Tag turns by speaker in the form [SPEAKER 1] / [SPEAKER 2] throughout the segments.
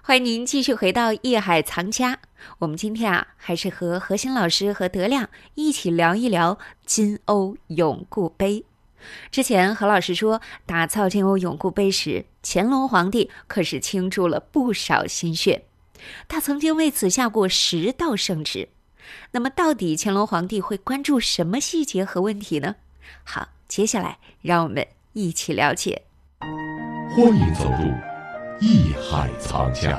[SPEAKER 1] 欢迎您继续回到《夜海藏家》，我们今天啊，还是和何欣老师和德亮一起聊一聊金瓯永固杯。之前何老师说，打造金瓯永固杯时，乾隆皇帝可是倾注了不少心血，他曾经为此下过十道圣旨。那么，到底乾隆皇帝会关注什么细节和问题呢？好，接下来让我们一起了解。
[SPEAKER 2] 欢迎走入艺海藏家。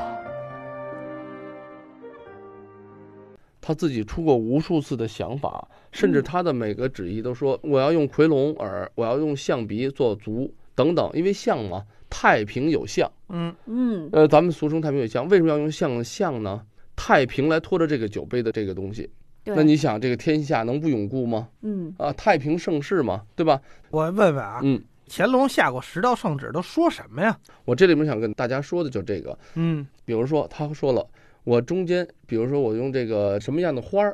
[SPEAKER 3] 他自己出过无数次的想法，甚
[SPEAKER 1] 嗯
[SPEAKER 3] 至他的每个旨意都说我要用夔龙耳，我要用象鼻做足等等，因为象嘛，太平有象，
[SPEAKER 4] 嗯，
[SPEAKER 1] 嗯
[SPEAKER 3] 呃，咱们俗称太平有象，为什么要用象象呢？太平来拖着这个酒杯的这个东西，
[SPEAKER 1] 对
[SPEAKER 3] 那你想这个天下能不永固吗？
[SPEAKER 1] 嗯
[SPEAKER 3] 啊，太平盛世嘛，对吧？
[SPEAKER 4] 我问问啊，
[SPEAKER 3] 嗯，
[SPEAKER 4] 乾隆下过十道圣旨都说什么呀？
[SPEAKER 3] 我这里面想跟大家说的就这个，
[SPEAKER 4] 嗯
[SPEAKER 3] 比如说他说了，我中间，比如说我用这个什么样的花儿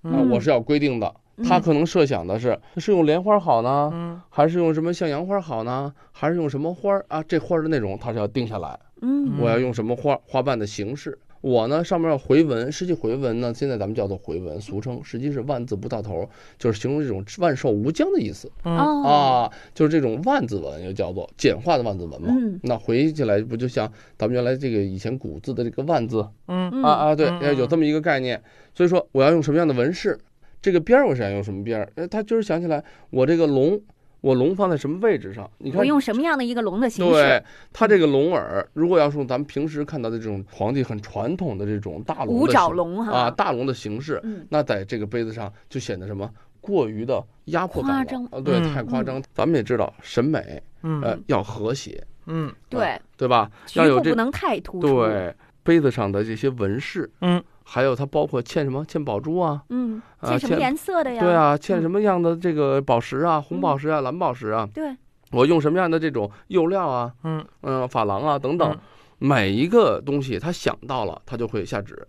[SPEAKER 3] 啊，
[SPEAKER 1] 嗯
[SPEAKER 3] 我是要规定的。他可能设想的是，是用莲花好呢，
[SPEAKER 4] 嗯，
[SPEAKER 3] 还是用什么向阳花好呢？还是用什么花儿啊？这花儿的内容它是要定下来，
[SPEAKER 1] 嗯
[SPEAKER 3] 我要用什么花儿花瓣的形式。我呢上面要回文，实际回文呢，现在咱们叫做回文，俗称，实际是万字不到头，就是形容这种万寿无疆的意思
[SPEAKER 4] 嗯
[SPEAKER 1] 哦
[SPEAKER 3] 啊，就是这种万字文，又叫做简化的万字文嘛。
[SPEAKER 1] 嗯
[SPEAKER 3] 那回忆起来不就像咱们原来这个以前古字的这个万字
[SPEAKER 4] 嗯
[SPEAKER 1] 嗯
[SPEAKER 3] 啊啊，对，
[SPEAKER 4] 嗯
[SPEAKER 3] 呃有这么一个概念。所以说我要用什么样的纹饰，这个边儿我是要用什么边儿？呃，他就是想起来我这个龙，我龙放在什么位置上？你看
[SPEAKER 1] 我，用什么样的一个龙的形式？嗯
[SPEAKER 3] 对，它这个龙耳，如果要是用咱们平时看到的这种皇帝很传统的这种大龙的
[SPEAKER 1] 五爪
[SPEAKER 3] 形
[SPEAKER 1] 龙哈
[SPEAKER 3] 啊，大龙的形式，
[SPEAKER 1] 嗯
[SPEAKER 3] 那在这个杯子上就显得什么？过于的压迫感
[SPEAKER 1] 夸
[SPEAKER 3] 了
[SPEAKER 1] 张
[SPEAKER 3] 啊，对，
[SPEAKER 4] 嗯
[SPEAKER 3] 太夸张。咱们也知道审美，呃
[SPEAKER 4] 嗯，
[SPEAKER 3] 要和谐，
[SPEAKER 4] 嗯
[SPEAKER 1] 对，
[SPEAKER 3] 对吧？
[SPEAKER 1] 局
[SPEAKER 3] 啊要有
[SPEAKER 1] 部
[SPEAKER 3] 这
[SPEAKER 1] 不能太突出。，
[SPEAKER 3] 对杯子上的这些纹饰，
[SPEAKER 4] 嗯，
[SPEAKER 3] 还有它包括嵌什么嵌宝珠啊，
[SPEAKER 1] 嗯，
[SPEAKER 3] 啊
[SPEAKER 1] 这什么
[SPEAKER 3] 嵌
[SPEAKER 1] 颜色的呀？
[SPEAKER 3] 对啊，
[SPEAKER 1] 嗯
[SPEAKER 3] 嵌什么样的这个宝石啊，红宝石啊，蓝宝石啊，
[SPEAKER 1] 对，
[SPEAKER 3] 我用什么样的这种釉料啊，
[SPEAKER 4] 嗯
[SPEAKER 3] 嗯，珐琅啊等等
[SPEAKER 4] 嗯，
[SPEAKER 3] 每一个东西他想到了，他就会下旨。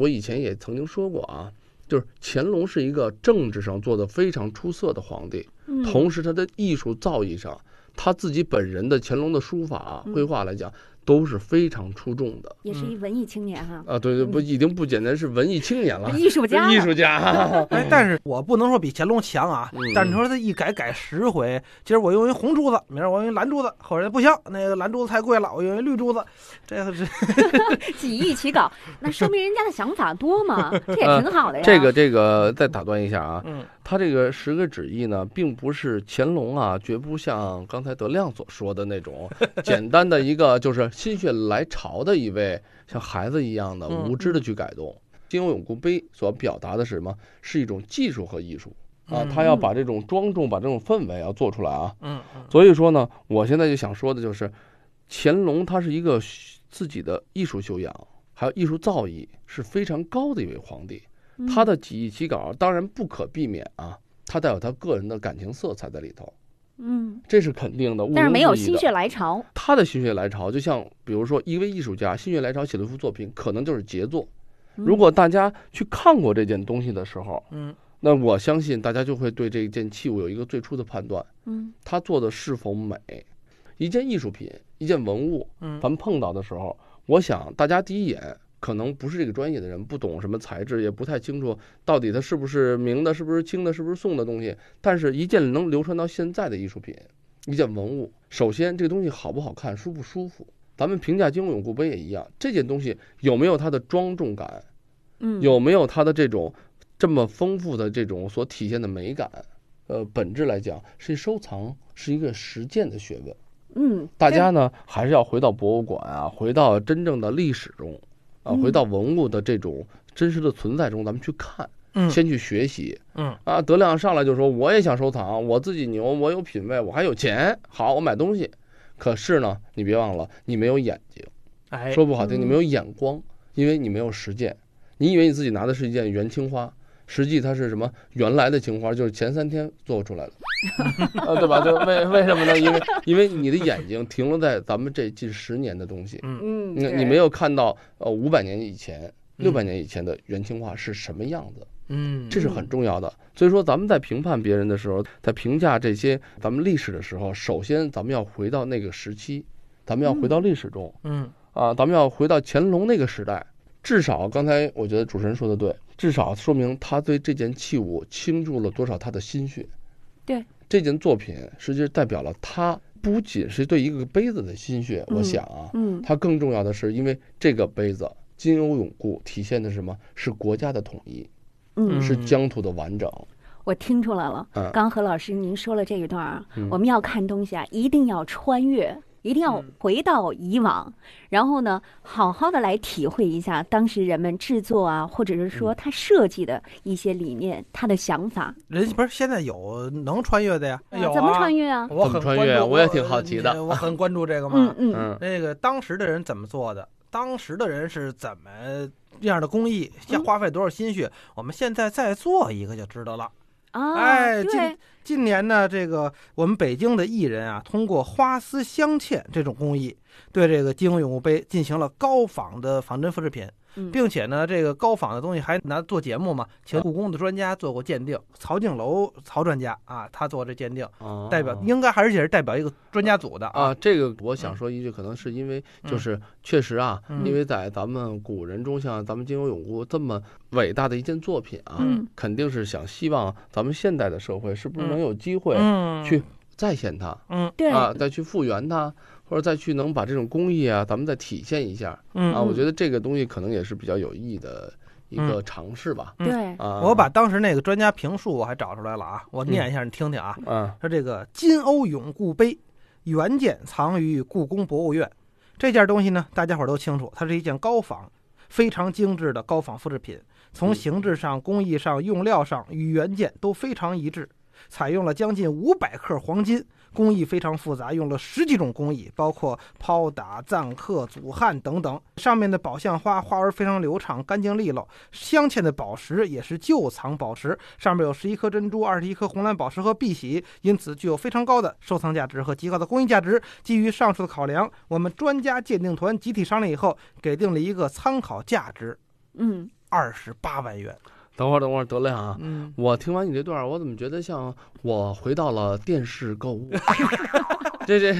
[SPEAKER 3] 我以前也曾经说过啊，就是乾隆是一个政治上做的非常出色的皇帝，
[SPEAKER 1] 嗯
[SPEAKER 3] 同时他的艺术造诣上，他自己本人的乾隆的书法啊、
[SPEAKER 1] 嗯
[SPEAKER 3] 绘画来讲都是非常出众的。
[SPEAKER 1] 也是一文艺青年哈，
[SPEAKER 3] 啊，对对，不，已经不简单是文艺青年了，
[SPEAKER 1] 艺术家，
[SPEAKER 3] 啊艺术家。啊
[SPEAKER 4] 哎，但是我不能说比乾隆强啊
[SPEAKER 3] 嗯，
[SPEAKER 4] 但是你说他一改改十回，今儿我用一红珠子，明儿我用一蓝珠子，后来不行，那个蓝珠子太贵了，我用一绿珠子，这个是
[SPEAKER 1] 几亿起稿，那说明人家的想法多 嘛，这也挺好的呀。
[SPEAKER 3] 呃这个这个，再打断一下啊，
[SPEAKER 4] 嗯
[SPEAKER 3] 他这个十个旨意呢，并不是乾隆啊，绝不像刚才德亮所说的那 种简单的一个就是心血来潮的一位像孩子一样的
[SPEAKER 4] 嗯
[SPEAKER 3] 无知的去改动。金瓯永固杯所表达的是什么？是一种技术和艺术啊，
[SPEAKER 4] 嗯
[SPEAKER 3] 他要把这种庄重，把这种氛围要做出来啊。
[SPEAKER 4] 嗯嗯
[SPEAKER 3] 所以说呢，我现在就想说的就是，乾隆他是一个学自己的艺术修养还有艺术造诣是非常高的一位皇帝，
[SPEAKER 1] 嗯
[SPEAKER 3] 他的几艺起稿当然不可避免啊，他带有他个人的感情色彩在里头，
[SPEAKER 1] 嗯，
[SPEAKER 3] 这是肯定的，毋
[SPEAKER 1] 但是
[SPEAKER 3] 庸
[SPEAKER 1] 没有
[SPEAKER 3] 置疑
[SPEAKER 1] 心
[SPEAKER 3] 的
[SPEAKER 1] 血来潮，
[SPEAKER 3] 他的心血来潮，就像比如说一位艺术家心血来潮写了一幅作品，可能就是杰作。
[SPEAKER 1] 嗯
[SPEAKER 3] 如果大家去看过这件东西的时候，
[SPEAKER 4] 嗯
[SPEAKER 3] 那我相信大家就会对这件器物有一个最初的判断。
[SPEAKER 1] 嗯
[SPEAKER 3] 它做的是否美。一件艺术品，一件文物，
[SPEAKER 4] 嗯
[SPEAKER 3] 咱们碰到的时候，我想大家第一眼可能不是这个专业的人，不懂什么材质，也不太清楚到底它是不是明的，是不是清的，是不是宋的东西。但是，一件能流传到现在的艺术品，一件文物，首先这个东西好不好看，舒不舒服。咱们评价金瓯永固杯也一样，这件东西有没有它的庄重感，
[SPEAKER 1] 嗯，
[SPEAKER 3] 有没有它的这种这么丰富的这种所体现的美感？呃，本质来讲是收藏，是一个实践的学问。
[SPEAKER 1] 嗯，
[SPEAKER 3] 大家呢还是要回到博物馆啊，回到真正的历史中，啊，
[SPEAKER 1] 嗯
[SPEAKER 3] 回到文物的这种真实的存在中，咱们去看，
[SPEAKER 4] 嗯
[SPEAKER 3] 先去学习。
[SPEAKER 4] 嗯
[SPEAKER 3] 啊，德亮上来就说我也想收藏，我自己牛，我有品位，我还有钱，好，我买东西。可是呢，你别忘了，你没有眼睛。
[SPEAKER 4] 哎，
[SPEAKER 3] 说不好
[SPEAKER 1] 嗯
[SPEAKER 3] 听，你没有眼光，因为你没有实践。你以为你自己拿的是一件原青花，实际它是什么？原来的青花就是前三天做出 来的，呃，对吧？对，为为什么呢？因为因为你的眼睛停留在咱们这近十年的东西，
[SPEAKER 4] 嗯
[SPEAKER 1] 嗯，
[SPEAKER 3] 你
[SPEAKER 1] 对嗯
[SPEAKER 3] 你没有看到呃五百年以前、六百年以前的原青花是什么样子。
[SPEAKER 4] 嗯
[SPEAKER 3] 这是很重要的。所以说，咱们在评判别人的时候，在评价这些咱们历史的时候，首先咱们要回到那个时期，咱们要回到历史中
[SPEAKER 4] 嗯
[SPEAKER 3] 啊，咱们要回到乾隆那个时代，至少刚才我觉得主持人说的对，至少说明他对这件器物倾注了多少他的心血。
[SPEAKER 1] 对，
[SPEAKER 3] 这件作品实际代表了他不仅是对一个杯子的心血，我
[SPEAKER 1] 嗯
[SPEAKER 3] 想啊，
[SPEAKER 1] 嗯
[SPEAKER 3] 它更重要的是，因为这个杯子金瓯永固体现的是什么？是国家的统一，
[SPEAKER 1] 嗯，
[SPEAKER 3] 是
[SPEAKER 4] 嗯
[SPEAKER 3] 疆土的完整。
[SPEAKER 5] 我听出来了
[SPEAKER 3] 嗯，
[SPEAKER 5] 刚何老师您说了这一段儿，啊我们要看东西啊，一定要穿越，一定要回到以往，然后呢，好好的来体会一下当时人们制作啊，或者是说他设计的一些理念，他的想法，
[SPEAKER 4] 人不是现在有能穿越的呀？有啊
[SPEAKER 5] 怎么穿？越啊？
[SPEAKER 4] 我
[SPEAKER 3] 怎么
[SPEAKER 4] 很
[SPEAKER 3] 穿
[SPEAKER 4] 关
[SPEAKER 3] 越
[SPEAKER 4] 注
[SPEAKER 3] 我也挺好奇的
[SPEAKER 4] 呃我很关注这个嘛。
[SPEAKER 5] 嗯嗯，
[SPEAKER 3] 嗯
[SPEAKER 4] 那个当时的人怎么做的？当时的人是怎么样的工艺？
[SPEAKER 3] 嗯
[SPEAKER 4] 要花费多少心血？我们现在再做一个就知道了。
[SPEAKER 5] 啊，
[SPEAKER 4] 哎
[SPEAKER 5] 对，
[SPEAKER 4] 近年呢，这个我们北京的艺人啊，通过花丝镶嵌这种工艺，对这个金瓯永固杯进行了高仿的仿真复制品
[SPEAKER 5] 嗯，
[SPEAKER 4] 并且呢，这个高仿的东西还拿做节目嘛，请故宫的专家做过鉴定，曹敬楼曹专家啊，他做这鉴定，
[SPEAKER 3] 啊
[SPEAKER 4] 代表应该还而且是代表一个专家组的
[SPEAKER 3] 啊，，这个我想说一句，可能是因为就是确实啊，
[SPEAKER 4] 嗯
[SPEAKER 3] 因为在咱们古人中，像咱们金瓯永固这么伟大的一件作品啊，
[SPEAKER 5] 嗯
[SPEAKER 3] 肯定是想希望咱们现代的社会是不是能
[SPEAKER 4] 嗯
[SPEAKER 3] 有机会
[SPEAKER 4] 嗯，
[SPEAKER 3] 去再现它、
[SPEAKER 4] 嗯
[SPEAKER 5] 对，
[SPEAKER 3] 啊，再去复原它，或者再去能把这种工艺啊，咱们再体现一下
[SPEAKER 4] 嗯
[SPEAKER 3] 啊。我觉得这个东西可能也是比较有意义的一个尝试吧。
[SPEAKER 4] 嗯
[SPEAKER 5] 对，
[SPEAKER 3] 啊，
[SPEAKER 4] 我把当时那个专家评述我还找出来了啊，我念一下你听听啊。
[SPEAKER 3] 啊
[SPEAKER 4] 说这个金瓯永固杯，原件藏于故宫博物院。这件东西呢，大家伙儿都清楚，它是一件高仿，非常精致的高仿复制品，从形制上、工艺上、用料上与原件都非常一致，采用了将近五百克黄金。工艺非常复杂，用了十几种工艺，包括抛打、錾刻、组焊等等。上面的宝相花花纹非常流畅、干净利落，镶嵌的宝石也是旧藏宝石，上面有十一颗珍珠、二十一颗红蓝宝石和碧玺，因此具有非常高的收藏价值和极高的工艺价值。基于上述的考量，我们专家鉴定团集体商量以后，给定了一个参考价值
[SPEAKER 5] 嗯，
[SPEAKER 4] 二十八万元。
[SPEAKER 3] 等会儿等会儿，德亮啊。
[SPEAKER 4] 嗯，
[SPEAKER 3] 我听完你这段儿，我怎么觉得像我回到了电视购物？这这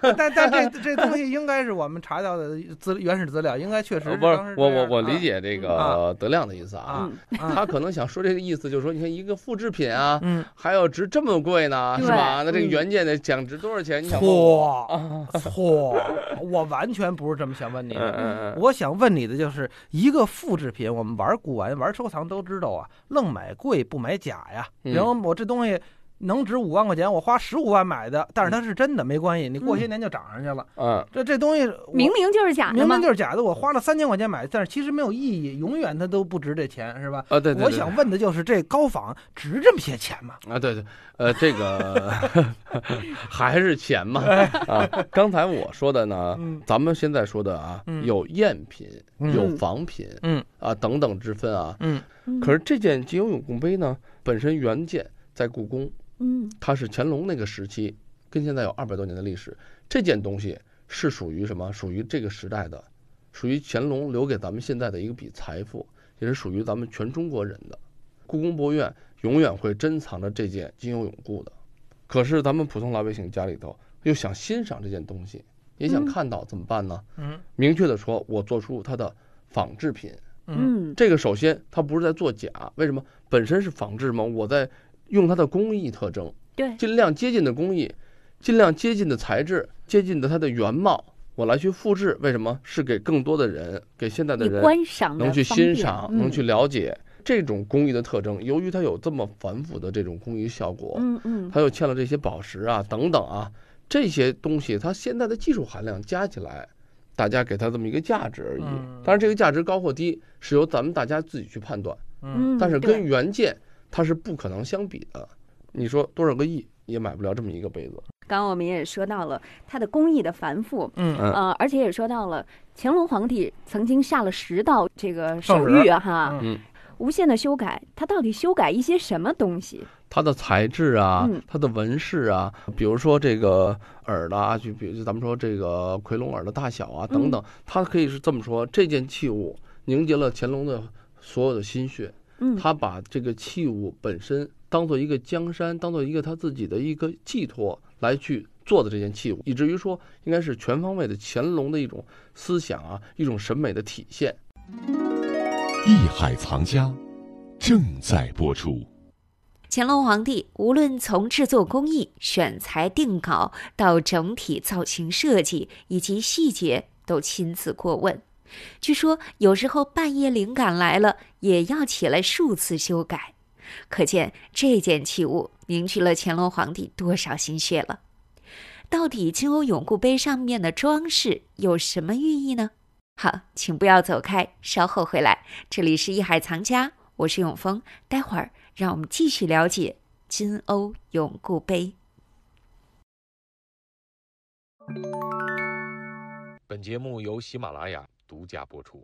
[SPEAKER 4] 但但这这东西应该是我们查到的资原始资料，应该确实
[SPEAKER 3] 呃不
[SPEAKER 4] 当时
[SPEAKER 3] 是
[SPEAKER 4] 这
[SPEAKER 3] 我
[SPEAKER 4] 样
[SPEAKER 3] 我我
[SPEAKER 4] 啊
[SPEAKER 3] 理解这个
[SPEAKER 4] 啊
[SPEAKER 3] 德亮的意思啊，
[SPEAKER 4] 啊啊
[SPEAKER 3] 他可能想说这个意思就是说，你看一个复制品啊，
[SPEAKER 4] 嗯，
[SPEAKER 3] 还要值这么贵呢，是吧？
[SPEAKER 5] 对
[SPEAKER 3] 那这个
[SPEAKER 5] 嗯
[SPEAKER 3] 原件得想值多少钱？你想问我？
[SPEAKER 4] 错错，我完全不是这么想问
[SPEAKER 3] 嗯
[SPEAKER 4] 你的。
[SPEAKER 3] 嗯嗯
[SPEAKER 4] 我想问你的就是一个复制品，我们玩古玩、玩收藏都知道啊，愣买贵不买假呀。
[SPEAKER 3] 嗯
[SPEAKER 4] 然后我这东西能值五万块钱，我花十五万买的，但是它是真的，没关系，你过些年就涨上去了。
[SPEAKER 3] 嗯，
[SPEAKER 4] 这这东西我
[SPEAKER 5] 明明就是假的
[SPEAKER 4] 明
[SPEAKER 5] 嘛
[SPEAKER 4] 明，就是假的，我花了三千块钱买的，但是其实没有意义，永远它都不值这钱，是吧？
[SPEAKER 3] 啊对对对，
[SPEAKER 4] 我想问的就是这高仿值这么些钱吗？
[SPEAKER 3] 啊对对，呃这 个还是钱嘛啊，刚才我说的呢，
[SPEAKER 4] 哎嗯
[SPEAKER 3] 咱们现在说的啊，
[SPEAKER 4] 嗯
[SPEAKER 3] 有赝品，
[SPEAKER 4] 嗯
[SPEAKER 3] 有仿品，
[SPEAKER 4] 嗯
[SPEAKER 3] 啊等等之分啊。
[SPEAKER 4] 嗯
[SPEAKER 5] 嗯
[SPEAKER 3] 可是这件金瓯永固杯呢，本身原件在故宫，
[SPEAKER 5] 嗯
[SPEAKER 3] 它是乾隆那个时期，跟现在有二百多年的历史。这件东西是属于什么？属于这个时代的，属于乾隆留给咱们现在的一个笔财富，也是属于咱们全中国人的。故宫博物院永远会珍藏着这件金瓯永固的。可是咱们普通老百姓家里头又想欣赏这件东西，也想
[SPEAKER 5] 嗯
[SPEAKER 3] 看到，怎么办呢？
[SPEAKER 4] 嗯
[SPEAKER 3] 明确的说，我做出它的仿制品。
[SPEAKER 4] 嗯
[SPEAKER 5] 嗯
[SPEAKER 3] 这个首先它不是在作假，为什么？本身是仿制嘛，我在用它的工艺特征，
[SPEAKER 5] 对
[SPEAKER 3] 尽量接近的工艺，尽量接近的材质，接近的它的原貌，我来去复制。为什么？是给更多的人，给现在的
[SPEAKER 5] 你
[SPEAKER 3] 人
[SPEAKER 5] 观赏的
[SPEAKER 3] 能去
[SPEAKER 5] 方便
[SPEAKER 3] 欣赏，
[SPEAKER 5] 嗯
[SPEAKER 3] 能去了解这种工艺的特征。由于它有这么繁复的这种工艺效果，
[SPEAKER 5] 嗯嗯
[SPEAKER 3] 它又嵌了这些宝石啊等等啊，这些东西它现在的技术含量加起来，大家给它这么一个价值而已
[SPEAKER 4] 嗯。
[SPEAKER 3] 当然，这个价值高或低是由咱们大家自己去判断，
[SPEAKER 4] 嗯
[SPEAKER 5] 嗯，
[SPEAKER 3] 但是
[SPEAKER 5] 对
[SPEAKER 3] 跟原件它是不可能相比的。你说多少个亿也买不了这么一个杯子。
[SPEAKER 5] 刚刚我们也说到了它的工艺的繁复，
[SPEAKER 4] 嗯
[SPEAKER 3] 嗯
[SPEAKER 5] 呃，而且也说到了乾隆皇帝曾经下了十道这个
[SPEAKER 4] 圣
[SPEAKER 5] 手
[SPEAKER 4] 旨
[SPEAKER 5] 谕啊哈，
[SPEAKER 3] 嗯
[SPEAKER 5] 无限的修改，它到底修改一些什么东西？
[SPEAKER 3] 它的材质啊
[SPEAKER 5] 嗯，
[SPEAKER 3] 它的纹饰啊，比如说这个耳的啊，就比如咱们说这个夔龙耳的大小
[SPEAKER 5] 嗯
[SPEAKER 3] 啊等等，它可以是这么说：这件器物凝结了乾隆的所有的心血，
[SPEAKER 5] 嗯
[SPEAKER 3] 他把这个器物本身当做一个江山，当做一个他自己的一个寄托来去做的这件器物，以至于说应该是全方位的乾隆的一种思想啊，一种审美的体现。
[SPEAKER 2] 艺海藏家正在播出。
[SPEAKER 1] 乾隆皇帝无论从制作工艺、选材定稿到整体造型设计以及细节，都亲自过问。据说有时候半夜灵感来了，也要起来数次修改。可见这件器物凝聚了乾隆皇帝多少心血了。到底金瓯永固杯上面的装饰有什么寓意呢？好，请不要走开，稍后回来。这里是艺海藏家，我是永峰。待会儿让我们继续了解金瓯永固杯。
[SPEAKER 6] 本节目由喜马拉雅独家播出。